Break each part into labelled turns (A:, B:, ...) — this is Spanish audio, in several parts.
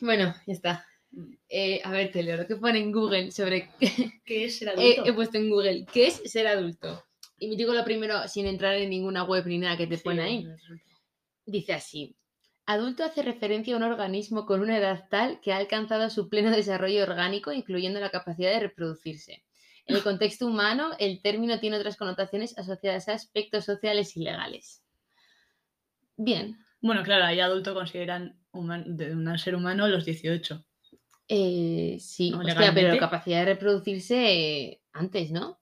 A: Bueno, ya está. Eh, a ver, te leo lo que pone en Google sobre...
B: ¿Qué es el
A: Eh,
B: adulto?
A: he puesto en Google, ¿qué es ser adulto? Y me digo lo primero sin entrar en ninguna web ni nada que te
B: Sí,
A: pone ahí.
B: bueno, resulta.
A: Dice así. Adulto hace referencia a un organismo con una edad tal que ha alcanzado su pleno desarrollo orgánico, incluyendo la capacidad de reproducirse. En el
B: Ah.
A: contexto humano, el término tiene otras connotaciones asociadas a aspectos sociales y legales. Bien,
B: Bueno, claro, ahí adulto consideran human- de un ser humano los 18.
A: eh, sí,
B: No,
A: hostia, pero
B: legalmente.
A: capacidad de reproducirse eh, antes, ¿no?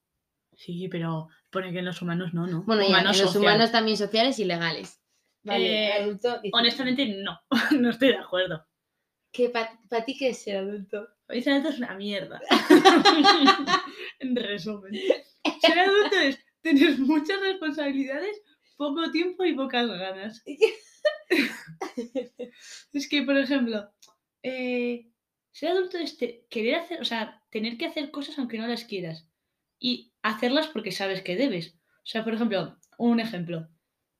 B: Sí, pero pone que en los humanos no, ¿no?
A: Bueno, ya,
B: Humano
A: en los
B: social.
A: humanos también sociales y legales. Vale,
B: Eh,
A: adulto. dice-
B: Honestamente, no. no estoy de acuerdo.
A: ¿Qué para ti qué es ser adulto?
B: Ser adulto es una mierda. en resumen. Ser adulto es tener muchas responsabilidades, poco tiempo y pocas ganas. Es que, por ejemplo, eh, ser adulto es te- querer hacer, o sea, tener que hacer cosas aunque no las quieras. Y hacerlas porque sabes que debes. O sea, por ejemplo, un ejemplo.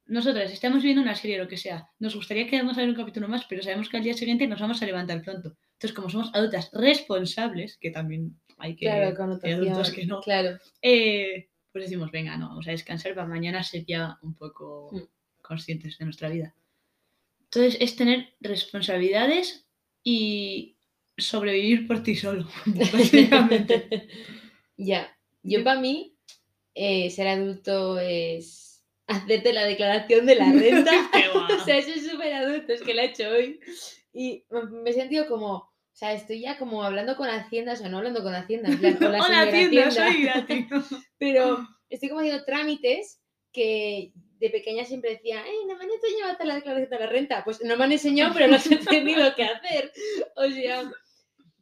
B: Nosotras estamos viendo una serie o lo que sea. Nos gustaría quedarnos a ver un capítulo más, pero sabemos que al día siguiente nos vamos a levantar pronto. Entonces, como somos adultas responsables, que también hay que...
A: Claro,
B: hay
A: connotación.
B: adultos que no.
A: Claro.
B: Eh, pues decimos, venga, no, vamos a descansar para mañana ser ya un poco
A: Mm.
B: conscientes de nuestra vida. Entonces, es tener responsabilidades y sobrevivir por ti solo, básicamente.
A: ya. Yo
B: Yo-
A: para mí, eh, ser adulto es hacerte la declaración de la renta.
B: Qué guau.
A: o sea, eso es súper adulto, es que la he hecho hoy. Y me- me he sentido como, o sea, estoy ya como hablando con Hacienda, o sea, no hablando con Hacienda, en plan, hola,
B: Hola,
A: señora
B: tienda,
A: Hacienda.
B: soy gratis.
A: pero
B: Ah.
A: estoy como haciendo trámites que de pequeña siempre decía, ¡Ey, no me han enseñado a hacer la declaración de la renta! Pues no me han enseñado, pero las he tenido que hacer. O sea,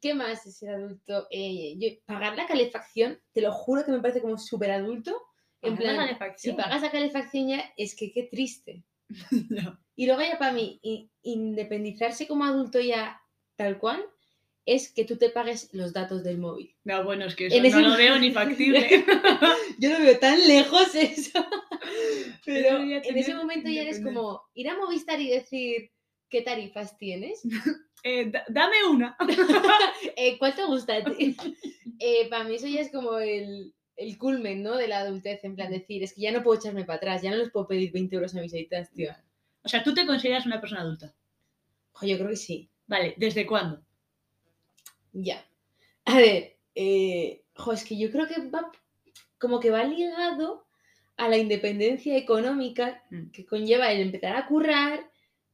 A: ¿qué más es ser adulto? Eh, yo- pagar la calefacción, te lo juro que me parece como súper adulto. En
B: Pagar la
A: plan, si
B: calefacción.
A: pagas la calefacción ya, es que qué triste.
B: No.
A: Y luego ya para mí, i- independizarse como adulto ya tal cual, es que tú te pagues los datos del móvil.
B: No, bueno, es que eso
A: En ese
B: no lo
A: momento-
B: veo ni factible.
A: Yo lo veo tan lejos eso. Pero
B: Eso ya
A: en ese
B: tener
A: momento ya eres como ir a Movistar y decir qué tarifas tienes,
B: Eh, da- dame una.
A: eh, cuál te gusta a ti. Eh, para mí eso ya es como el, el culmen, ¿no? De la adultez, en plan decir, es que ya no puedo echarme para atrás, ya no les puedo pedir 20 euros a mis editas, tío.
B: O sea, tú te consideras una persona adulta.
A: Jo, yo creo que sí,
B: Vale, ¿desde cuándo?
A: ya. A ver, eh, jo, es que yo creo que va como que va ligado a la independencia económica
B: Mm.
A: que conlleva el empezar a currar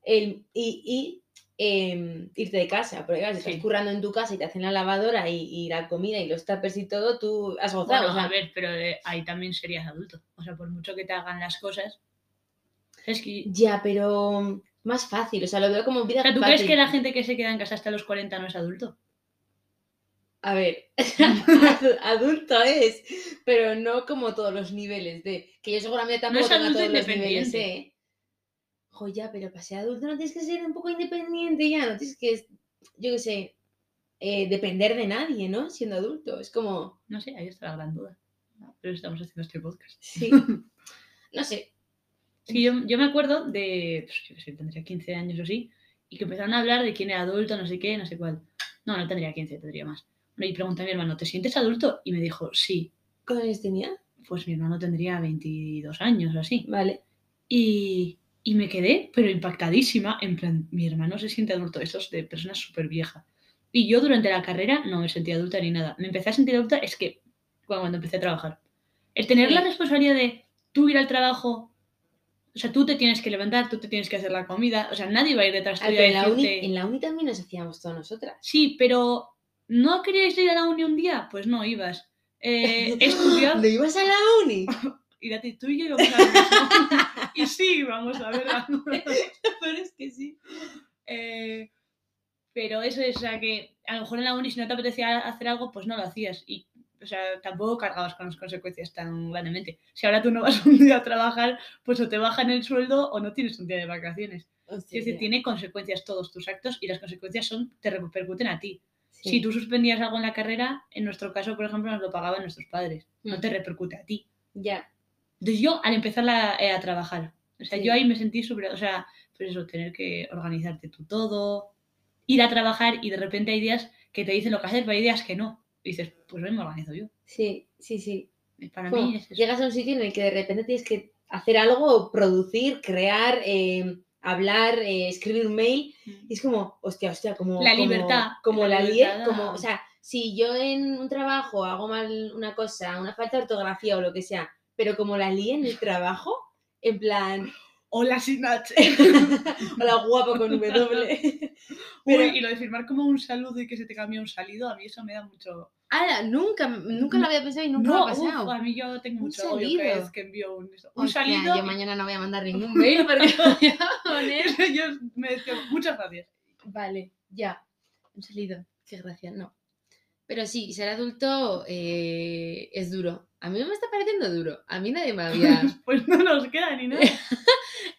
A: el, y, y, em, irte de casa. Porque claro, si
B: Sí.
A: estás currando en tu casa y te hacen la lavadora y, y la comida y los tapers y todo, tú has gozado.
B: Bueno,
A: o sea,
B: a ver, pero eh, ahí también serías adulto. O sea, por mucho que te hagan las cosas. Es que.
A: Ya, pero más fácil. O sea, lo veo como vida
B: O sea, ¿tú
A: fácil.
B: crees que la gente que se queda en casa hasta los 40 no es adulto?
A: A ver, adulto es, pero no como todos los niveles de... Que yo seguramente
B: No
A: tampoco
B: es
A: tenga
B: adulto
A: todos los niveles,
B: independiente.
A: ¿eh? Jo, ya, pero para ser adulto no tienes que ser un poco independiente ya, no tienes que, yo qué sé, eh, depender de nadie, ¿no? Siendo adulto, es como...
B: No sé, ahí está la gran duda. Pero estamos haciendo este podcast.
A: Sí. No sé.
B: Es que yo, yo me acuerdo de. pues, yo qué sé, tendría 15 años o así. Y que empezaron a hablar de quién era adulto, no sé qué, no sé cuál. No, no tendría 15, tendría más. Bueno, y pregunté a mi hermano, ¿te sientes adulto? Y me dijo, sí.
A: ¿Cuántos años tenía?
B: Pues mi hermano tendría 22 años o así.
A: Vale.
B: Y, y me quedé, pero impactadísima, en plan, mi hermano se siente adulto, esto es de persona súper vieja. Y yo durante la carrera no me sentí adulta ni nada. Me empecé a sentir adulta es que cuando, cuando empecé a trabajar. El tener la
A: Sí.
B: responsabilidad de tú ir al trabajo, o sea, tú te tienes que levantar, tú te tienes que hacer la comida, o sea, nadie va a ir detrás
A: Ah,
B: tuyo
A: pero
B: a
A: en, la uni,
B: decirte,
A: en la uni también nos hacíamos todas nosotras.
B: Sí, pero ¿no queríais ir a la uni un día? Pues no, ibas. Eh, estudiar,
A: ¿No ibas a la uni?
B: irate tú y yo íbamos a lo mismo. Y sí, vamos a ver.
A: pero es que sí.
B: Eh, pero eso es, o sea, que a lo mejor en la uni si no te apetecía hacer algo, pues no lo hacías. Y, o sea, tampoco cargabas con las consecuencias tan grandemente. Si ahora tú no vas un día a trabajar, pues o te bajan el sueldo o no tienes un día de vacaciones. Es
A: Hostia,
B: decir, tiene consecuencias todos tus actos y las consecuencias son, te repercuten a ti.
A: sí.
B: Si tú suspendías algo en la carrera, en nuestro caso, por ejemplo, nos lo pagaban nuestros padres. No
A: Mm.
B: te repercute a ti.
A: Ya.
B: Entonces yo al empezar la- eh, a trabajar, o sea,
A: Sí.
B: yo ahí me sentí súper, o sea, pues eso, tener que organizarte tú todo, ir a trabajar y de repente hay días que te dicen lo que hacer, pero hay días que no. Y dices, pues ven, me organizo yo.
A: Sí, sí, sí.
B: Y Para
A: Como
B: mí es eso.
A: Llegas a un sitio en el que de repente tienes que hacer algo, producir, crear, eh, hablar, eh, escribir un mail.
B: Mm.
A: Y es como, hostia, hostia, como.
B: La
A: como-
B: libertad,
A: Como, la,
B: la
A: libertad.
B: libertad
A: Como,
B: a-
A: o sea, si yo en un trabajo hago mal una cosa, una falta de ortografía o lo que sea, pero como la lié en el trabajo, en plan,
B: Hola, sin H.
A: hola guapo con W.
B: Uy,
A: Pero-
B: y lo de firmar como un saludo y que se te cambie un salido, a mí eso me da mucho.
A: Ala, nunca, nunca lo había pensado y nunca
B: no,
A: me ha pasado.
B: uf, a mí yo tengo
A: Un
B: mucho odio
A: salido.
B: cada vez que envío un, un
A: Hostia,
B: salido.
A: Yo mañana no voy a mandar ningún mail porque voy a poner.
B: y- yo me decía, muchas gracias.
A: Vale, ya. Han salido. Qué gracia, no. Pero sí, ser adulto eh, es duro. A mí no me está pareciendo duro. A mí nadie me había.
B: Pues no nos queda ni nada.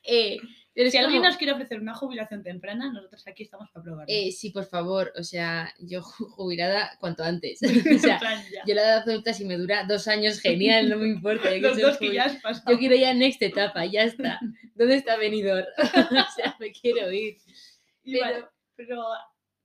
A: Eh, pero es
B: Si alguien
A: como,
B: nos quiere ofrecer una jubilación temprana, nosotros aquí estamos para probar.
A: eh, sí, por favor. O sea, yo ju- jubilada cuanto antes. O sea, yo la edad adulta si me dura dos años, genial, no me importa. Yo,
B: los
A: quiero
B: dos
A: ser
B: que
A: jubil-
B: ya has pasado.
A: yo quiero ya next etapa, ya está. ¿Dónde está venidor? o sea, me quiero ir.
B: Y vale,
A: pero-
B: pero...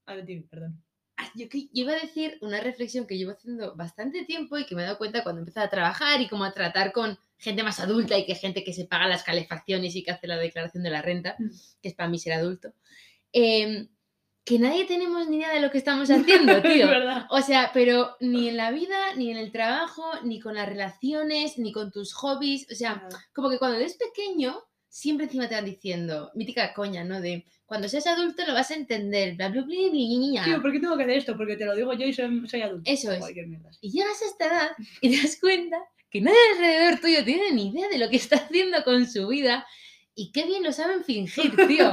B: A ver, tío, perdón.
A: Ah, Yo, que- yo iba a decir una reflexión que llevo haciendo bastante tiempo y que me he dado cuenta cuando empecé a trabajar y como a tratar con gente más adulta y que gente que se paga las calefacciones y que hace la declaración de la renta,
B: Mm.
A: que es para mí ser adulto, em, que nadie tenemos ni idea de lo que estamos haciendo, tío.
B: Es verdad.
A: O sea, pero ni en la vida, ni en el trabajo, ni con las relaciones, ni con tus hobbies, o sea, como que cuando eres pequeño, siempre encima te van diciendo, mítica coña, ¿no? De cuando seas adulto lo vas a entender, bla, bla, bla, bla, bla, bla".
B: Tío, ¿por qué tengo que hacer esto? Porque te lo digo yo y soy, soy adulto.
A: Eso es.
B: Cualquier mierda.
A: Y llegas a esta edad y te das cuenta que nadie alrededor tuyo tiene ni idea de lo que está haciendo con su vida y qué bien lo saben fingir, tío.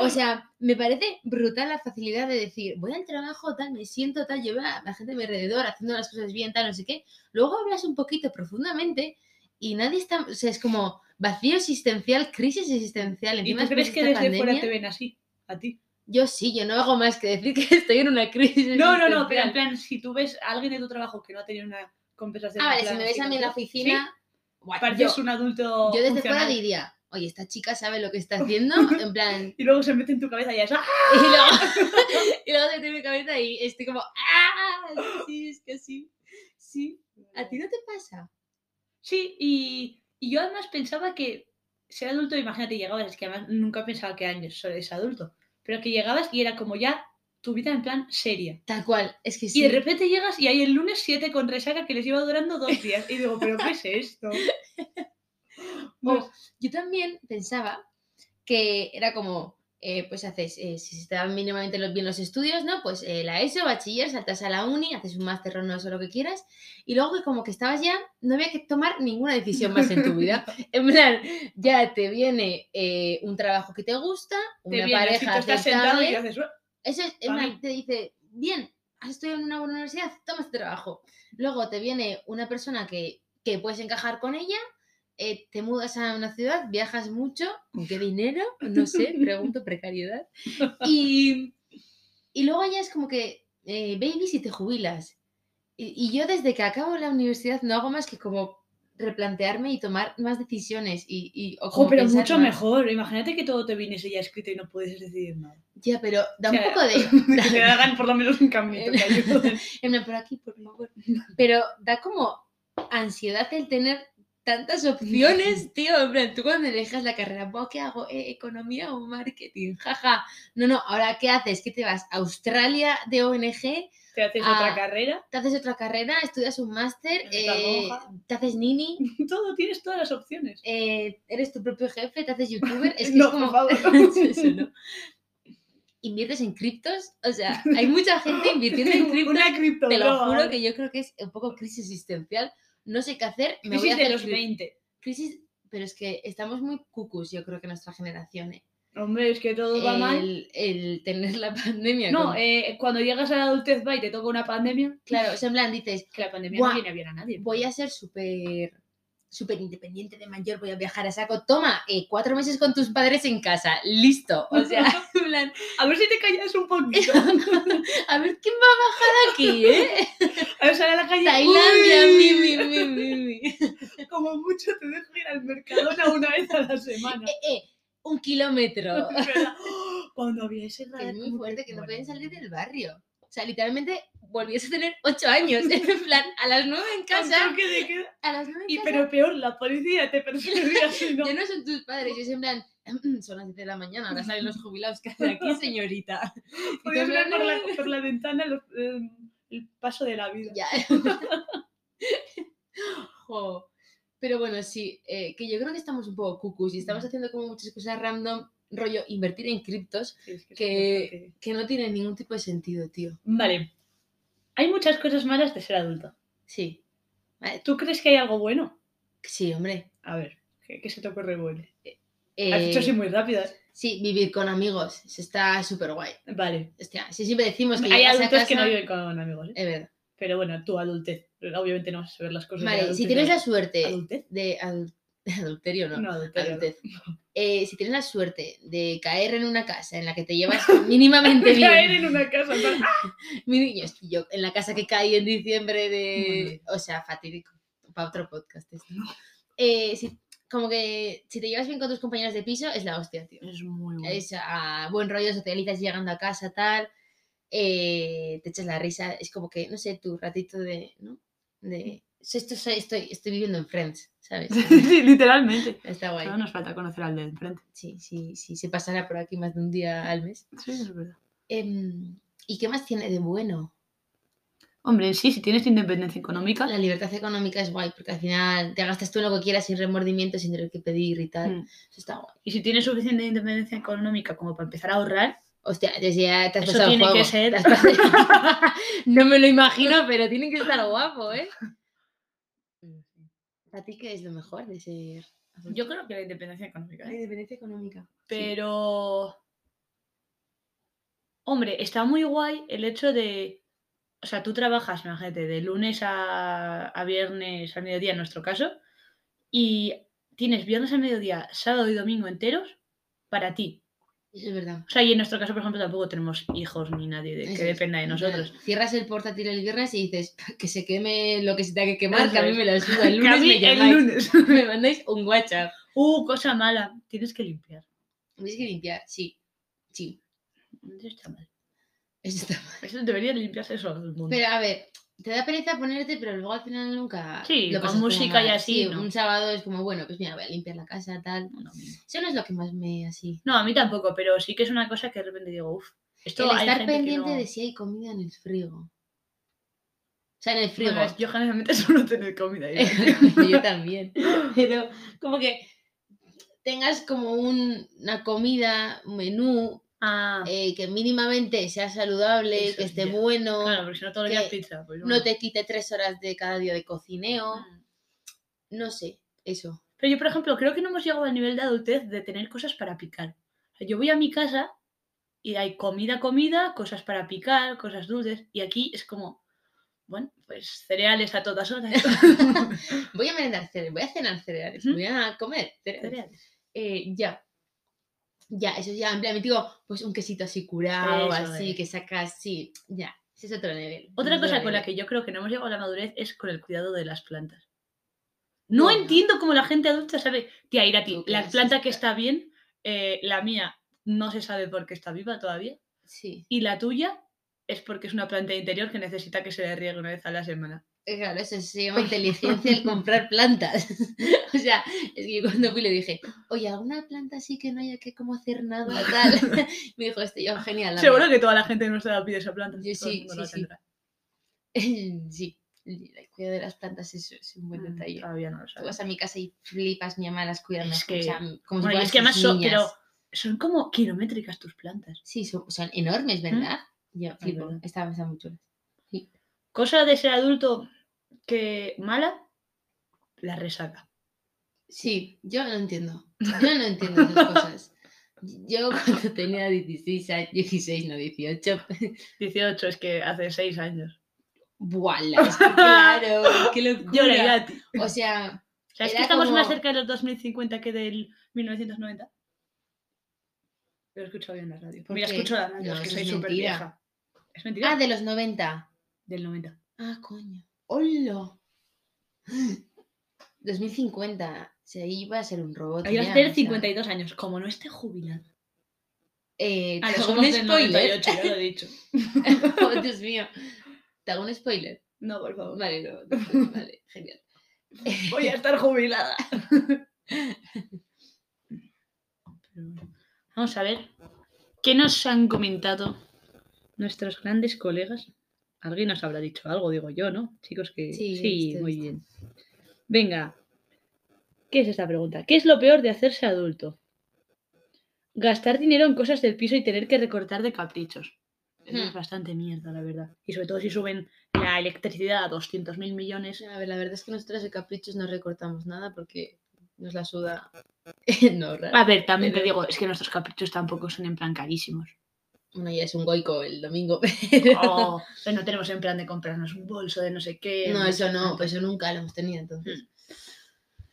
A: O sea, me parece brutal la facilidad de decir, voy al trabajo, tal, me siento, tal, llevo a la gente a mi alrededor haciendo las cosas bien, tal, no sé qué. Luego hablas un poquito profundamente y nadie está, o sea, es como vacío existencial, crisis existencial.
B: ¿Y
A: Encima
B: tú
A: después
B: crees que
A: de
B: desde
A: esta
B: fuera
A: pandemia-
B: te ven así? A ti.
A: Yo sí, yo no hago más que decir que estoy en una crisis
B: No, no, no, pero en
A: existencial.
B: plan, si tú ves a alguien de tu trabajo que no ha tenido una conversación.
A: Ah, vale, si
B: en plan
A: me ves
B: así
A: a mí en la
B: contigo, ¿sí?
A: oficina... guau, yo-
B: Pareces un adulto.
A: Yo desde fuera
B: funcional.
A: diría, oye, esta chica sabe lo que está haciendo, en plan...
B: Y luego se mete en tu cabeza y es. ¡Ah!
A: Y luego, y luego se mete en mi cabeza y estoy como, ¡ah! Sí, es que sí, sí. ¿A ti no te pasa?
B: Sí, y, y yo además pensaba que ser adulto, imagínate, llegabas, es que además nunca pensaba que años eres adulto, pero que llegabas y era como ya tu vida en plan seria.
A: Tal cual, es que sí.
B: Y de repente llegas y hay el lunes 7 con resaca que les lleva durando dos días. Y digo, ¿pero qué es esto? Pues, No
A: O yo también pensaba que era como, eh, pues haces, eh, si se te dan mínimamente los, bien los estudios, ¿no? Pues eh, la ESO, bachiller, saltas a la uni, haces un máster o no sé lo que quieras. Y luego que como que estabas ya, no había que tomar ninguna decisión más en tu vida. En plan, ya te viene eh, un trabajo que te gusta,
B: Te
A: una
B: vienes y
A: pareja
B: tú estás sentado y
A: aceptable.
B: haces. "Uah".
A: Eso es, en
B: Pa'
A: plan,
B: mí.
A: te dice, bien, has estudiado en una buena universidad, toma este trabajo. Luego te viene una persona que, que puedes encajar con ella, eh, te mudas a una ciudad, viajas mucho, ¿con qué dinero? No sé, pregunto, precariedad. Y, y luego ya es como que, eh, baby, si te jubilas. Y, y yo desde que acabo la universidad no hago más que como replantearme y tomar más decisiones y, y o
B: Ojo,
A: como
B: pero
A: pensar
B: mucho
A: más.
B: mejor. Imagínate que todo te viniese ya escrito y no puedes decidir nada.
A: Ya, pero da
B: O sea,
A: un poco de...
B: Que te hagan por lo menos un caminito. que ayuden.
A: En plan, por aquí, por favor. Pero da como ansiedad el tener tantas opciones, tío. En plan, tú cuando dejas la carrera, "Buah, ¿qué hago? Eh, ¿Economía o marketing? Jaja. No, no, ahora ¿qué haces? ¿Qué te vas? ¿A Australia de ONG?
B: Te haces
A: Ah.
B: otra carrera.
A: ¿Te haces otra carrera? ¿Estudias un máster?
B: Eres una
A: eh,
B: monja.
A: ¿Te haces nini?
B: Todo, tienes todas las opciones.
A: eh, ¿Eres tu propio jefe? ¿Te haces youtuber? Es que
B: No,
A: es como...
B: por favor.
A: Eso, ¿no? ¿Inviertes en criptos? O sea, hay mucha gente invirtiendo en criptos.
B: Una cripto, eh.
A: Te
B: bro,
A: lo
B: ahora.
A: juro que yo creo que es un poco crisis existencial. No sé qué hacer. Me voy a
B: Crisis de
A: hacer
B: los
A: cri-
B: 20.
A: crisis, pero es que estamos muy cucus, yo creo que nuestra generación. ¿eh?
B: Hombre, es que todo va mal.
A: El, el tener la pandemia.
B: No,
A: como-
B: eh, cuando llegas a la adultez va y te toca una pandemia,
A: claro, o sea, en plan dices,
B: que la pandemia
A: Buah,
B: no viene bien a nadie.
A: voy a ser súper súper independiente de mayor, voy a viajar a saco. Toma, eh, cuatro meses con tus padres en casa, listo. O sea, en plan,
B: A ver si te callas un poquito.
A: a ver quién va a bajar aquí, ¿eh?
B: A ver, sale a la calle.
A: Tailandia,
B: uy,
A: mi, mi, mi, mi, mi.
B: Como mucho te dejo ir al mercadona una vez a la semana.
A: Eh, eh, un kilómetro.
B: Es verdad. Cuando había esa edad,
A: que es muy
B: como
A: fuerte, que no
B: bueno,
A: pueden salir del barrio. O sea, literalmente volviese a tener ocho años. En plan, a las nueve en
B: con
A: casa.
B: toque de queda.
A: A las nueve en
B: Y
A: casa.
B: pero peor, la policía te perseguía si no.
A: Yo no son tus padres, yo soy en plan, "Mm, son las 7 de la mañana, ahora salen los jubilados que hacen aquí, señorita. Y tú
B: Podías
A: en
B: ver
A: plan,
B: por la, por la ventana los- eh, el paso de la vida.
A: Ya. Jo. Pero bueno, sí, eh, que yo creo que estamos un poco cucus y estamos haciendo como muchas cosas random, rollo invertir en criptos,
B: Sí, es que es
A: Que-
B: bastante-
A: que no tienen ningún tipo de sentido, tío.
B: Vale. Hay muchas cosas malas de ser adulto.
A: Sí,
B: ¿Tú crees que hay algo bueno?
A: sí, hombre.
B: A ver, ¿qué, qué se te ocurre bueno? Has
A: Eh,
B: dicho así muy rápido. ¿eh?
A: sí, vivir con amigos, se está súper guay.
B: Vale.
A: Hostia, si siempre decimos que
B: hay
A: llegas a
B: adultos que no
A: casa-
B: viven con amigos. ¿eh?
A: Es verdad.
B: Pero bueno, tú adultez. Obviamente no vas a saber las cosas. de
A: Vale, si
B: adultez,
A: tienes
B: ya-
A: la suerte
B: ¿Adultez?
A: de adul- adulterio, no.
B: No, adultez. ya no.
A: adultez. Eh, si tienes la suerte de caer en una casa en la que te llevas mínimamente bien.
B: Caer en una casa. en plan, ¡ah!
A: Mi niño, es que yo en la casa que caí en diciembre de. O sea, fatídico. Para otro podcast. esto. Eh, si- como que si te llevas bien con tus compañeras de piso, es la hostia, tío.
B: Es muy bueno.
A: Es ah, buen rollo, socializas llegando a casa, tal. eh, te echas la risa. Es como que, no sé, tu ratito de. ¿no? de "So, esto soy- estoy, estoy viviendo en Friends, ¿sabes?
B: sí, literalmente.
A: Está guay.
B: Solo nos falta conocer al de enfrente.
A: Sí, sí, sí. Se pasará por aquí más de un día al mes.
B: Sí, es verdad.
A: Em, ¿Y qué más tiene de bueno?
B: Hombre, en sí, si tienes independencia económica,
A: La libertad económica es guay porque al final te gastas tú en lo que quieras sin remordimiento, sin tener que pedir y tal.
B: Mm.
A: Eso está guay.
B: y si tienes suficiente independencia económica como para empezar a ahorrar,
A: Hostia, desde ya te has
B: Eso
A: pasado el
B: tiene que
A: juego,
B: ser-
A: te has pasado- no me lo imagino, pero tiene que estar guapo, ¿eh? ¿A ti qué es lo mejor de ser? adulto?
B: yo creo que la independencia económica.
A: La
B: ¿eh?
A: independencia económica. Sí.
B: Pero. Hombre, está muy guay el hecho de. O sea, tú trabajas, imagínate, de lunes a, a viernes al mediodía en nuestro caso, y tienes viernes al mediodía, sábado y domingo enteros para ti.
A: Eso es verdad.
B: O sea, y en nuestro caso, por ejemplo, tampoco tenemos hijos ni nadie de-
A: Eso
B: que
A: es.
B: dependa de nosotros.
A: Nada, Cierras el portátil el viernes y dices que se queme lo que se tenga que quemar,
B: Eso
A: que a mí
B: es.
A: me lo suda. El
B: Que a
A: lunes
B: mí
A: me
B: el
A: llamáis,
B: lunes.
A: me mandáis un WhatsApp.
B: Uh, cosa mala. Tienes que limpiar.
A: Tienes que limpiar, sí. Sí,
B: Eso está mal.
A: eso está
B: Eso debería limpiarse solo el mundo.
A: Pero a ver, te da pereza ponerte, pero luego al final nunca.
B: Sí, con
A: pasas como
B: música y
A: mal.
B: así,
A: Sí,
B: ¿no?
A: Un sábado es como, bueno, pues mira, voy a limpiar la casa, tal.
B: No, no, a mí no.
A: Eso no es lo que más me así.
B: No, a mí tampoco, pero sí que es una cosa que de repente digo, uff. Esto
A: el
B: hay
A: estar
B: gente que
A: pendiente
B: no-
A: de si hay comida en el frigo. O sea, en el frigo.
B: Bueno, yo generalmente suelo tener comida ahí.
A: Yo también. Pero como que tengas como un- una comida, un menú,
B: ah,
A: eh, que mínimamente sea saludable,
B: Eso
A: que esté
B: ya.
A: bueno,
B: claro, porque si no todo el día
A: que
B: es pizza. Pues,
A: no
B: bueno.
A: te quite tres horas de cada día de cocineo.
B: Mm.
A: No sé, eso.
B: Pero yo, por ejemplo, creo que no hemos llegado al nivel de adultez de tener cosas para picar. O sea, yo voy a mi casa y hay comida, comida, cosas para picar, cosas dulces, y aquí es como, bueno, pues cereales a todas horas.
A: Voy a merendar cereales, voy a cenar cereales,
B: Ujú.
A: voy a comer cereales.
B: cereales.
A: Eh, ya. Ya, eso ya, en plan, me digo, pues un quesito así curado,
B: Eso
A: así,
B: es.
A: que sacas así, ya. Ese es otro nivel.
B: Otra
A: otro
B: cosa con la
A: nivel.
B: que yo creo que no hemos llegado a la madurez es con el cuidado de las plantas. No
A: Bueno.
B: entiendo cómo la gente adulta sabe, tía, ir a ti,
A: Tú que
B: la
A: eres
B: planta que
A: experta.
B: está bien, eh, la mía no se sabe por qué está viva todavía,
A: Sí,
B: y la tuya es porque es una planta de interior que necesita que se le riegue una vez a la semana.
A: Eh, claro, eso se llama inteligencia el comprar plantas. o sea, es que yo cuando fui le dije, oye, ¿alguna planta así que no haya que como hacer nada, tal? me dijo, este, yo, genial. la
B: Seguro que toda la gente de nuestra edad pide esa planta.
A: Yo
B: todo el
A: sí,
B: mundo
A: sí,
B: la
A: sí.
B: tendrá.
A: mía". sí, el cuidado de las plantas es, es un buen
B: Mm,
A: detalle.
B: Todavía no lo
A: Tú
B: sabe.
A: vas a Pues mi casa y flipas, mi mamá las cuida
B: Es
A: mejor,
B: que-
A: o sea, como si
B: Bueno, y
A: fueran
B: es que
A: sus
B: además son,
A: niñas.
B: pero son como kilométricas tus plantas.
A: Sí, son, son enormes, ¿verdad? Yo flipo,
B: verdad.
A: estaban están muy chulas.
B: Cosa de ser adulto que mala, la resaca.
A: Sí, yo no entiendo. Yo no entiendo esas cosas. Yo cuando tenía 16 años, 16, no 18,
B: 18 es que hace 6 años.
A: ¡buala! Es que claro, qué
B: Yo era
A: locura.
B: gratis.
A: O sea,
B: O sea, es que
A: Era
B: estamos más
A: como-
B: cerca de los 2050 que del 1990. Lo he escuchado bien en la radio.
A: ¿Por
B: Mira,
A: qué?
B: escucho la radio,
A: No,
B: es que
A: eso
B: soy
A: es
B: súper vieja. Es mentira.
A: ah, de los 90.
B: Del 90.
A: Ah, coño. ¡Hola! 2050. Se iba a ser un robot.
B: Yo voy a
A: ya, o
B: tener
A: sea,
B: 52 años. Como no esté jubilado.
A: Eh,
B: A
A: te
B: los
A: hago
B: Ah, somos
A: un
B: del
A: spoiler.
B: 98, ya lo he dicho.
A: Oh, Dios mío. Te hago un spoiler. Oh,
B: No, por favor.
A: Vale, no, no, vale, genial.
B: Voy a estar jubilada. Vamos a ver qué nos han comentado nuestros grandes colegas. Alguien nos habrá dicho algo, digo yo, ¿no? Chicos, que
A: Sí,
B: sí,
A: estoy
B: muy
A: lista.
B: bien. Venga, ¿qué es esta pregunta? ¿Qué es lo peor de hacerse adulto? Gastar dinero en cosas del piso y tener que recortar de caprichos. Eso es
A: Hmm.
B: bastante mierda, la verdad. Y sobre todo si suben la electricidad a 200.000 millones.
A: A ver, la verdad es que nosotras de caprichos no recortamos nada porque nos la suda no ahorrar.
B: A ver, también te
A: Pero-
B: digo, es que nuestros caprichos tampoco son en plan carísimos.
A: Bueno, ya es un goico el domingo, pero...
B: O sea, no tenemos en plan de comprarnos un bolso de no sé qué.
A: no,
B: un
A: eso no,
B: tanto.
A: eso nunca lo hemos tenido entonces.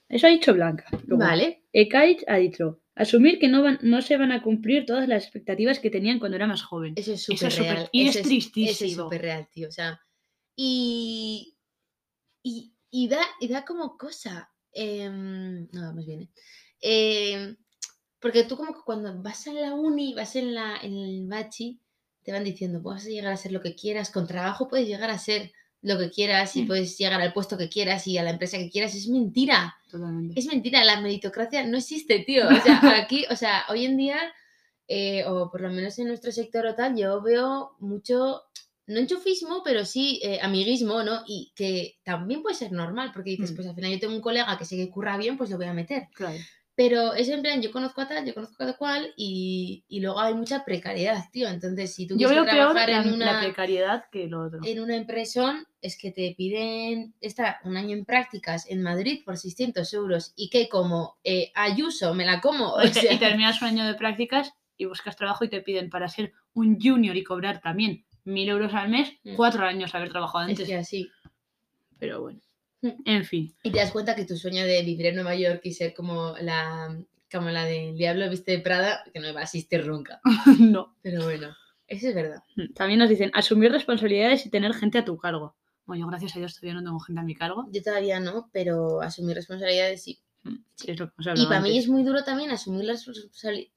B: Eso ha dicho Blanca. Luego,
A: Vale.
B: Ekait ha dicho, asumir que no, van, no se van a cumplir todas las expectativas que tenían cuando era más joven.
A: Eso es
B: Eso
A: súper
B: es súper-
A: real.
B: y
A: eso
B: es
A: Eso es
B: tristísimo.
A: súper real, tío. O sea, y, y, y da, y da como cosa. em, no, vamos bien. ¿eh? Em, porque tú como que cuando vas en la uni, vas en, la, en el bachi, te van diciendo, "Pues vas a llegar a ser lo que quieras, con trabajo puedes llegar a ser lo que quieras y
B: Mm.
A: puedes llegar al puesto que quieras y a la empresa que quieras. Es mentira.
B: Totalmente.
A: Es mentira, la meritocracia no existe, tío. O sea, aquí, o sea, hoy en día, eh, o por lo menos en nuestro sector o tal, yo veo mucho, no enchufismo, pero sí eh, amiguismo, ¿no? Y que también puede ser normal, porque dices,
B: Mm.
A: pues al final yo tengo un colega que sé que curra bien, pues lo voy a meter.
B: Claro.
A: Pero es en plan, yo conozco a tal, yo conozco a cual, y, y luego hay mucha precariedad, tío. Entonces, si tú
B: Yo
A: quieres
B: veo peor
A: trabajar
B: la,
A: en
B: la
A: una
B: precariedad que lo otro.
A: en una empresa es que te piden estar un año en prácticas en Madrid por 600 euros y que como eh, Ayuso me la como. O
B: Y te-
A: sea,
B: y terminas un año de prácticas y buscas trabajo y te piden para ser un junior y cobrar también mil euros al mes,
A: Mm.
B: cuatro años haber trabajado
A: es
B: antes.
A: que así.
B: Pero bueno.
A: Mm.
B: En fin.
A: Y te das cuenta que tu sueño de vivir en Nueva York y ser como la como la del diablo viste de Prada, que no va a existir nunca.
B: no.
A: Pero bueno, eso es verdad.
B: Mm, También nos dicen asumir responsabilidades y tener gente a tu cargo. Bueno, yo gracias a Dios todavía no tengo gente a mi cargo.
A: Yo todavía no, pero asumir responsabilidades sí.
B: Mm, sí, es lo que hemos
A: Y
B: hablado
A: para mí
B: antes.
A: es muy duro también asumir las responsabili-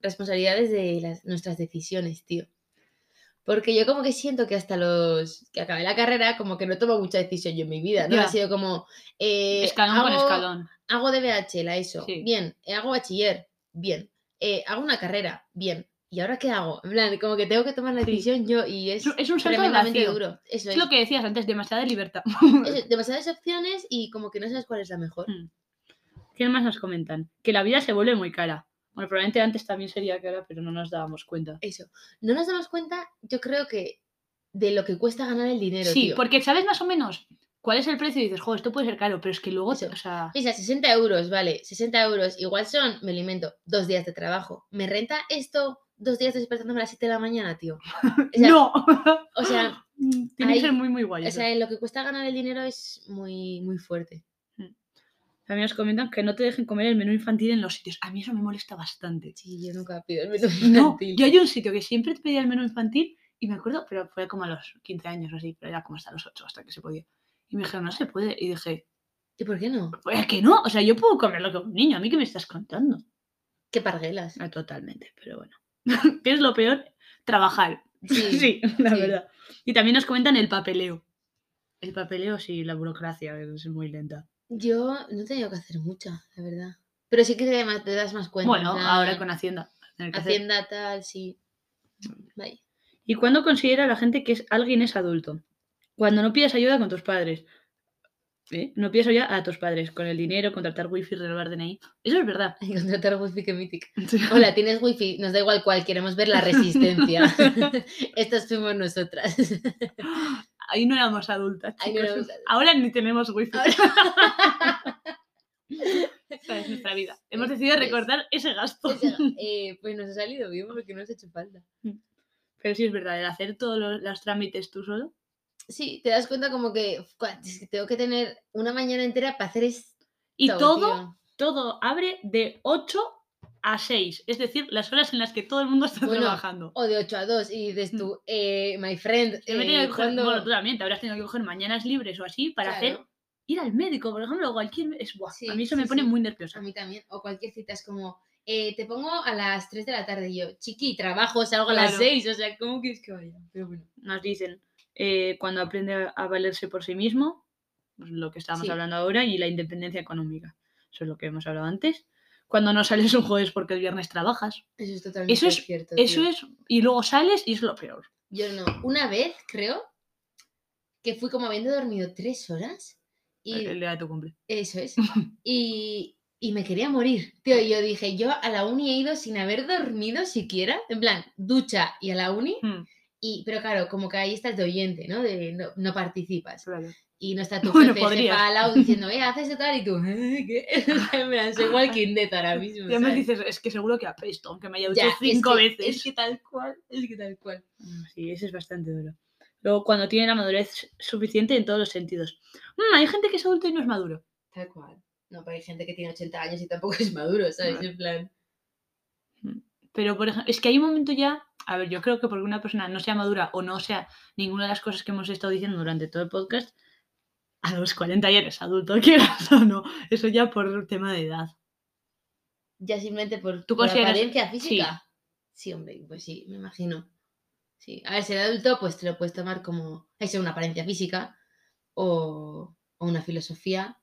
A: responsabilidades de las- nuestras decisiones, tío. Porque yo como que siento que hasta los que acabé la carrera como que no tomo mucha decisión yo en mi vida, ¿no?
B: Ya.
A: Ha sido como... eh,
B: escalón con
A: hago-
B: escalón.
A: Hago DBH, la ESO,
B: Sí.
A: bien. Eh, hago bachiller, bien. Eh, hago una carrera, bien. ¿Y ahora qué hago? En plan, como que tengo que tomar la
B: Sí.
A: decisión yo y es,
B: Es un- es un salto al
A: tremendamente
B: vacío.
A: duro. Eso es.
B: Es lo que decías antes, demasiada libertad.
A: Eso, demasiadas opciones y como que no sabes cuál es la mejor.
B: Mm. ¿Qué más nos comentan? Que la vida se vuelve muy cara. Bueno, probablemente antes también sería cara, pero no nos dábamos cuenta.
A: Eso. No nos damos cuenta, yo creo que, de lo que cuesta ganar el dinero,
B: sí,
A: tío.
B: porque sabes más o menos cuál es el precio y dices, joder, esto puede ser caro, pero es que luego, te-
A: Eso.
B: o sea,
A: Pisa 60 euros, vale, 60 euros, igual son, me alimento, dos días de trabajo. ¿Me renta esto dos días despertándome a las 7 de la mañana, tío? O sea,
B: no.
A: O sea,
B: tiene
A: ahí-
B: que ser muy, muy guay.
A: o
B: eso.
A: sea, lo que cuesta ganar el dinero es muy, muy fuerte.
B: También nos comentan que no te dejen comer el menú infantil en los sitios. A mí eso me molesta bastante.
A: Sí, yo nunca pido el menú
B: No,
A: infantil.
B: yo hay un sitio que siempre te pedía el menú infantil y me acuerdo, pero fue como a los 15 años o así, pero era como hasta los 8, hasta que se podía. Y me dijeron, no se puede. Y dije,
A: ¿Y por qué no?
B: pues que no, o sea, yo puedo comer lo que un niño, a mí que me estás contando.
A: Qué parguelas.
B: Ah, totalmente, pero bueno. ¿Qué es lo peor? Trabajar. Sí, la
A: sí.
B: verdad. Y también nos comentan el papeleo. El papeleo, sí, la burocracia es muy lenta.
A: Yo no he tenido que hacer mucha, la verdad. Pero sí que te, ma- te das más cuenta. en
B: Bueno, ahora
A: plan,
B: con Hacienda. tener que hacer.
A: Hacienda tal, sí. Bye.
B: ¿Y cuándo considera la gente que es, alguien es adulto? Cuando no pides ayuda con tus padres. ¿Eh? No pides ayuda a tus padres, con el dinero, contratar wifi, renovar DNI. Eso es verdad.
A: Y contratar wifi que mítica. Hola, tienes wifi, nos da igual cuál, queremos ver la resistencia. Estas fuimos nosotras.
B: Ahí no éramos adultas.
A: Ahí no
B: chicos.
A: éramos adultas.
B: Ahora ni tenemos wifi.
A: Ahora-
B: Esta es nuestra vida. Hemos decidido
A: Es-
B: recortar ese gasto.
A: O sea, eh, pues nos ha salido bien porque no nos ha hecho falta.
B: Pero sí es verdad, el hacer todos los, los trámites tú solo.
A: Sí, te das cuenta como que, "Fua, es que tengo que tener una mañana entera para hacer esto.
B: Y todo,
A: tío".
B: todo abre de 8 a 6. Es decir, las horas en las que todo el mundo está
A: Bueno,
B: trabajando.
A: O de 8 a 2 y dices tú, eh, my friend,
B: Mm. Yo me he
A: eh,
B: tenido que coger-
A: ¿cuándo?
B: bueno, tú también te habrás tenido que coger mañanas libres o así para hacer
A: Claro,
B: ir al médico, por ejemplo, o cualquier es buah,
A: Sí,
B: a mí eso
A: sí,
B: me pone
A: sí.
B: muy
A: A
B: nerviosa.
A: mí también. O cualquier cita es como, eh, te pongo a las 3 de la tarde y yo, chiqui, trabajo, salgo a las
B: Claro.
A: 6, o sea, ¿cómo quieres que vaya? Pero bueno,
B: Nos dicen eh, cuando aprende a- a valerse por sí mismo, pues lo que estábamos
A: Sí.
B: hablando ahora, y la independencia económica. Eso es lo que hemos hablado antes. Cuando no sales un jueves porque el viernes trabajas.
A: eso es totalmente
B: Eso es-
A: cierto.
B: Eso
A: tío.
B: es, y luego sales y es lo peor.
A: Yo no. Una vez, creo, que fui como habiendo dormido 3 horas y...
B: Ah, El el día de tu cumple.
A: Eso es. Y, y me quería morir. Tío, y yo dije, yo a la uni he ido sin haber dormido siquiera. En plan, ducha y a la uni.
B: Mm,
A: Y, pero claro, como que ahí estás de oyente, ¿no? De no, no participas.
B: claro.
A: Y no está tu
B: Bueno,
A: jefe ese
B: podrías.
A: pa al lado diciendo, eh, haces de tal y tú, "Eh, ¿qué? O sea, en plan, soy walking dead ahora mismo.
B: Y además
A: ¿sabes?
B: dices, es que seguro que apesto, aunque me haya
A: Ya,
B: duchado
A: es
B: cinco
A: que-
B: veces.
A: Es que tal cual, es que tal cual.
B: Mm, Sí, ese es bastante duro. Luego, cuando tiene la madurez suficiente en todos los sentidos. Mm, hay gente que es adulta y no es maduro.
A: Tal cual. No, pero hay gente que tiene 80 años y tampoco es maduro, ¿sabes?
B: Vale.
A: En plan,
B: Pero, por ejemplo, es que hay un momento ya... A ver, yo creo que porque una persona no sea madura o no sea ninguna de las cosas que hemos estado diciendo durante todo el podcast, a los 40 ya eres adulto, quieras o no. Eso ya por tema de edad.
A: ya simplemente por
B: ¿Tú
A: por
B: consideras-
A: apariencia
B: sí.
A: física. Sí. hombre, pues sí, me imagino. Sí. A ver, ser adulto, pues te lo puedes tomar como. Eso, una apariencia física. O, o una filosofía.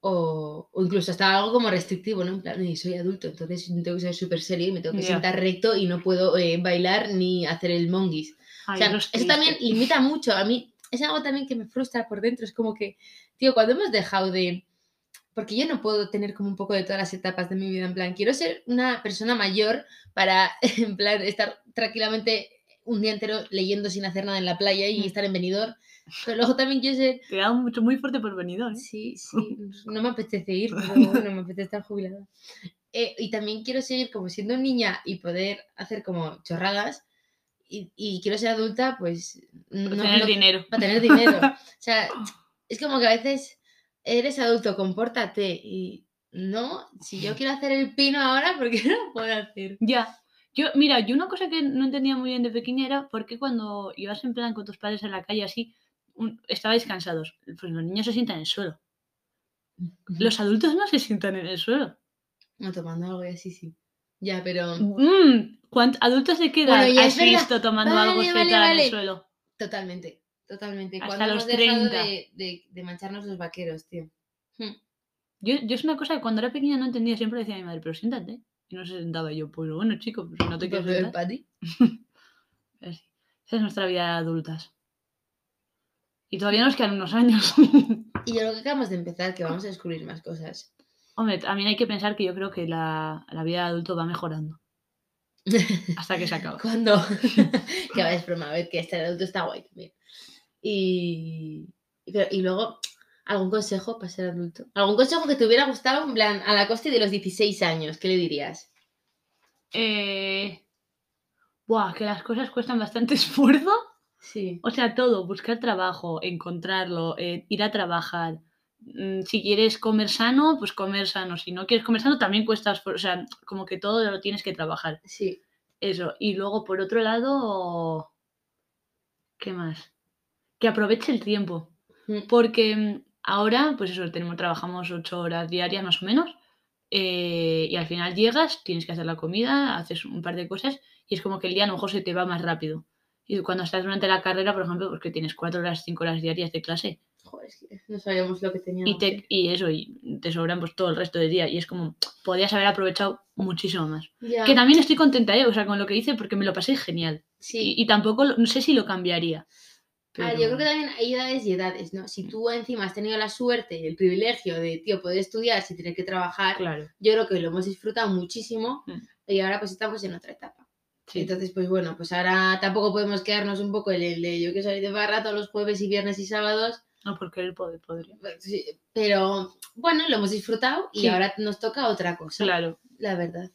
A: O, o incluso hasta algo como restrictivo, ¿no? En plan, "Eh, soy adulto, entonces tengo que ser súper serio y me tengo que
B: Ya.
A: sentar recto y no puedo eh, bailar ni hacer el monguis.
B: Ay,
A: O sea,
B: eso es
A: eso, también
B: triste.
A: limita mucho. A mí es algo también que me frustra por dentro. Es como que, tío, cuando hemos dejado de... Porque yo no puedo tener como un poco de todas las etapas de mi vida. En plan, quiero ser una persona mayor para, en plan, estar tranquilamente un día entero leyendo sin hacer nada en la playa y
B: Mm.
A: estar en venidor. Pero luego también quiero ser...
B: Te da mucho, muy fuerte por venidor, ¿eh?
A: Sí, sí, pues, no me apetece ir, pero bueno, me apetece estar jubilada. Eh, y también quiero seguir como siendo niña y poder hacer como chorradas. Y, y quiero ser adulta, pues... No,
B: Por tener
A: no-
B: dinero.
A: para tener dinero. O sea, es como que a veces eres adulto, compórtate y no, si yo quiero hacer el pino ahora, ¿por qué no lo puedo hacer?
B: Ya. Yo, mira, yo una cosa que no entendía muy bien de pequeña era por qué cuando ibas en plan con tus padres en la calle así, un- estabais cansados. Pues los niños se sientan en el suelo. Los adultos no se sientan en el suelo.
A: No tomando algo y así sí. Ya, pero
B: Mm, ¿cuánt- ¿Adultos de qué edad
A: Bueno, ya es
B: has
A: verdad.
B: visto tomando
A: Vale,
B: algo
A: vale,
B: sentado en
A: vale.
B: el suelo?
A: totalmente, totalmente.
B: Hasta
A: Cuando hemos
B: los
A: dejado
B: 30.
A: de, de- de mancharnos los vaqueros, tío.
B: Yo, yo es una cosa que cuando era pequeña no entendía, siempre decía a mi madre, pero siéntate. Y no se sentaba Y yo, pues bueno, chico, pues no te
A: Tipo,
B: quiero
A: pero el
B: sentar.
A: pati.
B: Así. Esa es nuestra vida de adultas. Y todavía nos quedan unos años.
A: Y yo lo que acabamos de empezar, que vamos a descubrir más cosas.
B: Hombre, también hay que pensar que yo creo que la, la vida de adulto va mejorando. Hasta que se acaba.
A: Cuando. que va, es broma, a ver, que este adulto está guay también. Y, y, pero- y luego, ¿algún consejo para ser adulto? ¿Algún consejo que te hubiera gustado, en plan, a la coste de los 16 años? ¿Qué le dirías?
B: Eh, Buah, que las cosas cuestan bastante esfuerzo.
A: Sí.
B: O sea, todo, buscar trabajo, encontrarlo, eh, ir a trabajar. Mm, Si quieres comer sano, pues comer sano. Si no quieres comer sano, también cuesta esfuerzo. O sea, como que todo lo tienes que trabajar.
A: Sí.
B: Eso. Y luego, por otro lado, ¿qué más? Que aproveche el tiempo.
A: Mm.
B: Porque mm, ahora, pues eso, tenemos, trabajamos ocho horas diarias más o menos. eh, y al final llegas, tienes que hacer la comida, haces un par de cosas y es como que el día a lo mejor se te va más rápido. Y cuando estás durante la carrera, por ejemplo, porque tienes cuatro horas, cinco horas diarias de clase
A: Joder, es que no sabíamos lo que teníamos.
B: y, te, y eso, y te sobran pues todo el resto del día. Y es como, podías haber aprovechado muchísimo más.
A: Ya,
B: Que también estoy contenta, ¿eh? o sea, con lo que hice porque me lo pasé genial.
A: sí.
B: Y, y tampoco, lo- no sé si lo cambiaría.
A: Ah, yo creo que también hay edades y edades, ¿no? Si tú encima has tenido la suerte y el privilegio de, tío, poder estudiar sin tener que trabajar,
B: Claro,
A: yo creo que lo hemos disfrutado muchísimo
B: Mm.
A: y ahora pues estamos en otra etapa.
B: sí.
A: Entonces, pues bueno, pues ahora tampoco podemos quedarnos un poco en el de yo que soy de barra todos los jueves y viernes y sábados,
B: No, porque él pod- podría.
A: pues sí, pero bueno, lo hemos disfrutado y
B: Sí.
A: ahora nos toca otra cosa,
B: Claro.
A: la verdad.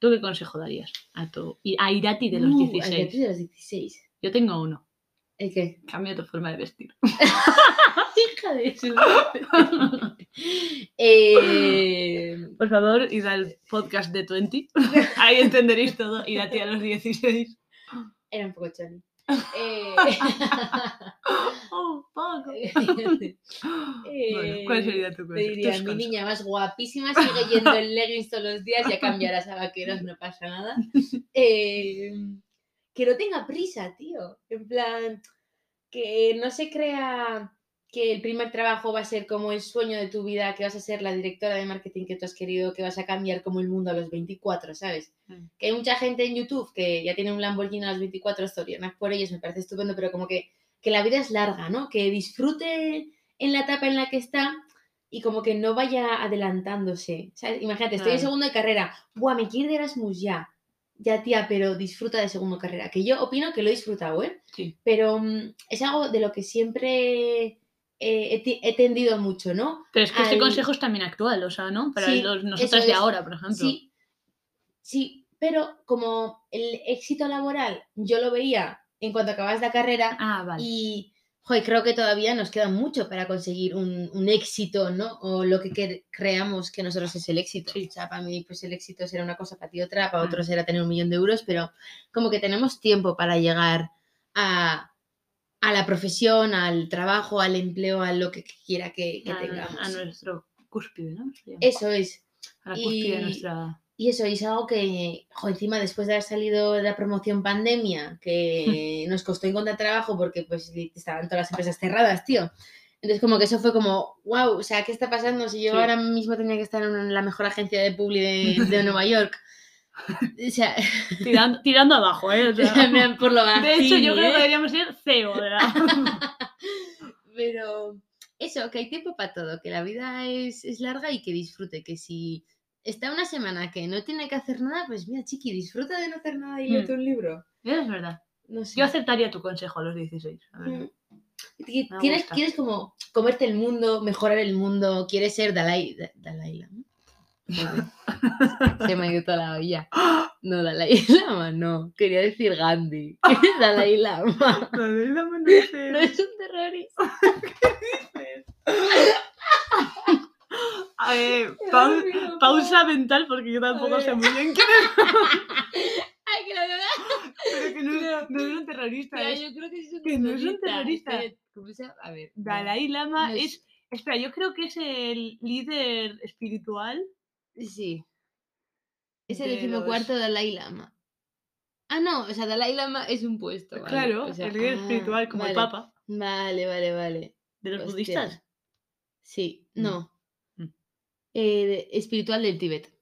B: ¿Tú qué consejo darías a tu, y- a Irati de los
A: Uh, al
B: 16?
A: Betis de los 16.
B: Yo tengo uno.
A: ¿El qué?
B: Cambia tu forma de vestir. Ah,
A: Hija de su... Eh,
B: Por favor, id al podcast de 20. Ahí entenderéis todo. Irati a los 16.
A: era un poco chani. Eh,
B: Oh, Paco.
A: eh,
B: bueno, ¿cuál sería tu
A: te
B: cosa?
A: diría,
B: Tus
A: mi
B: cosas.
A: niña más guapísima sigue yendo en leggings todos los días, ya cambiarás a vaqueros, no pasa nada. Eh, que no tenga prisa, tío. En plan, que no se crea que el primer trabajo va a ser como el sueño de tu vida, que vas a ser la directora de marketing que tú has querido, que vas a cambiar como el mundo a los 24, ¿sabes?
B: Mm.
A: Que hay mucha gente en YouTube que ya tiene un Lamborghini a los 24, más por ellos, me parece estupendo, pero como que, que la vida es larga, ¿no? Que disfrute en la etapa en la que está y como que no vaya adelantándose. ¿sabes? Imagínate, estoy en
B: Claro.
A: segundo de carrera, ¡buah, me quiero ir de Erasmus ya! Ya, tía, pero disfruta de segundo de carrera, que yo opino que lo he disfrutado, ¿eh?
B: Sí.
A: Pero mm, es algo de lo que siempre eh, he, ti- he tendido mucho, ¿no?
B: Pero es que este
A: al-
B: consejo es también actual, o sea, ¿no? Para
A: Sí,
B: los-
A: eso
B: nosotras de
A: es.
B: ahora, por ejemplo.
A: Sí, sí, pero como el éxito laboral yo lo veía en cuanto acabas la carrera,
B: Ah, vale.
A: Y joder, creo que todavía nos queda mucho para conseguir un, un éxito, ¿no? O lo que quer- creamos que nosotros es el éxito.
B: Sí.
A: O sea, para mí pues el éxito será una cosa, para ti otra, para
B: Mm.
A: otros será tener un millón de euros, pero como que tenemos tiempo para llegar a, a la profesión, al trabajo, al empleo, a lo que quiera que, que
B: a,
A: tengamos.
B: a nuestro cúspide, ¿no? Sería.
A: Eso es.
B: a la cúspide de
A: y-
B: nuestra.
A: Y eso, y es algo que, jo, encima después de haber salido de la promoción pandemia, que nos costó encontrar trabajo porque pues li- estaban todas las empresas cerradas, tío. Entonces como que eso fue como, wow, o sea, ¿qué está pasando? Si yo
B: Sí.
A: ahora mismo tenía que estar en la mejor agencia de publi de, de Nueva York. O sea,
B: Tirando, tirando abajo, ¿eh? O sea,
A: en plan, por lo
B: de hecho,
A: bajini,
B: yo creo que
A: ¿eh?
B: deberíamos ser CEO de la-
A: Pero eso, que hay tiempo para todo, que la vida es, es larga y que disfrute, que si está una semana que no tiene que hacer nada, pues mira, chiqui, disfruta de no hacer nada y léete
B: Mm.
A: un libro.
B: Eso es verdad.
A: No sé.
B: Yo aceptaría tu consejo a los 16. la verdad.
A: Mm. Ti-
B: Me
A: Tienes,
B: gusta.
A: quieres como comerte el mundo, mejorar el mundo, quieres ser Dalai, Da- Dalai Lama. Joder, Se me ha ido toda la olla. No, Dalai Lama, no. Quería decir Gandhi. Dalai Lama.
B: No, de verdad, no
A: No
B: sé.
A: es un terrorista.
B: A ver,
A: Qué
B: pau-
A: rápido,
B: pausa mental porque yo tampoco
A: A
B: sé
A: ver.
B: muy bien quién es,
A: Ay, que la verdad.
B: pero que no, es- no era un terrorista.
A: Mira,
B: es-
A: yo creo que sí es un
B: que no es un
A: terrorista.
B: terrorista.
A: Espera, ¿cómo se llama? A ver. no.
B: Dalai Lama
A: No
B: es...
A: es-
B: Espera, yo creo que es el líder espiritual.
A: Sí. Es el
B: de
A: decimocuarto Dalai Lama. Ah, no, o sea, Dalai Lama es un puesto. vale,
B: Claro,
A: o sea,
B: el líder
A: ah,
B: espiritual, como el
A: vale.
B: Papa,
A: Vale, vale, vale.
B: de los
A: Hostia.
B: budistas.
A: Sí,
B: Mm.
A: no.
B: Mm.
A: Eh, de- espiritual del Tíbet.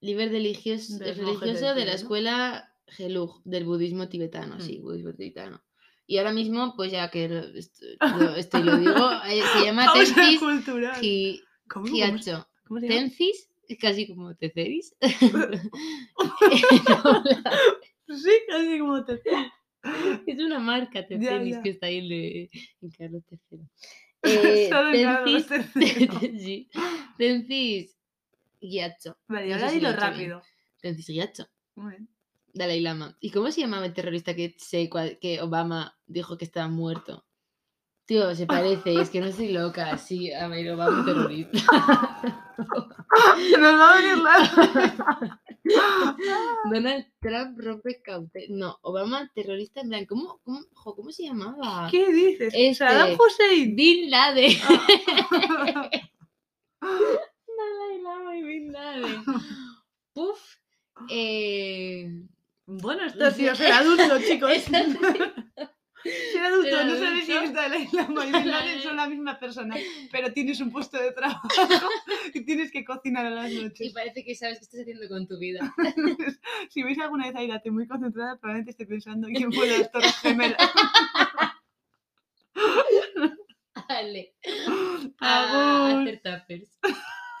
A: Líder religios,
B: De los monjes del
A: religioso de
B: Tíbet,
A: la
B: ¿no? Mm.
A: escuela Gelug, del budismo tibetano, sí, budismo tibetano. Y ahora mismo, pues ya que lo, est- lo- esto y lo digo, eh, se llama
B: Pausa
A: Tenfis
B: cultural.
A: Hi-
B: ¿Cómo, cómo se-
A: Hiacho.
B: cómo se llama?
A: Tenfis, casi como Teceris.
B: Sí, casi como te.
A: es una marca
B: Ya,
A: Teceris
B: ya.
A: que está ahí en, eh, en Carlos III. Eh,
B: Solo en
A: Tenfis-
B: Carlos III.
A: sí. Tenfis Guiacho.
B: Vale,
A: No
B: ahora
A: sé si lo he
B: dilo
A: hecho bien.
B: rápido.
A: Tenfis Guiacho.
B: Muy bien.
A: Dalai Lama. ¿Y cómo se llamaba el terrorista que, se cua- que Obama dijo que estaba muerto? Tío, se parece, es que no estoy loca, sí, a ver, Obama un terrorista.
B: Nos va a venir la.
A: Donald Trump rompe caute. No, Obama terrorista en plan, ¿cómo, cómo, jo, ¿cómo se llamaba?
B: ¿Qué dices?
A: Este.
B: Saddam Hussein.
A: Bin Laden.
B: Ay,
A: Dalai Lama y Bin Laden. Puf. Eh,
B: bueno, esto tío, ser adulto, chicos.
A: Este
B: Ser adulto,
A: Ser
B: no sabes si
A: adulto.
B: es Dalai Lama y Bin Laden son la misma persona, pero tienes un puesto de trabajo y tienes que cocinar a las
A: y
B: noches.
A: parece que sabes qué estás haciendo con tu vida.
B: Si veis alguna vez a Irate muy concentrada, probablemente esté pensando en quién fue de las Torres Gemelas.
A: Vale. A
B: Agur.
A: Ah, hacer tuppers.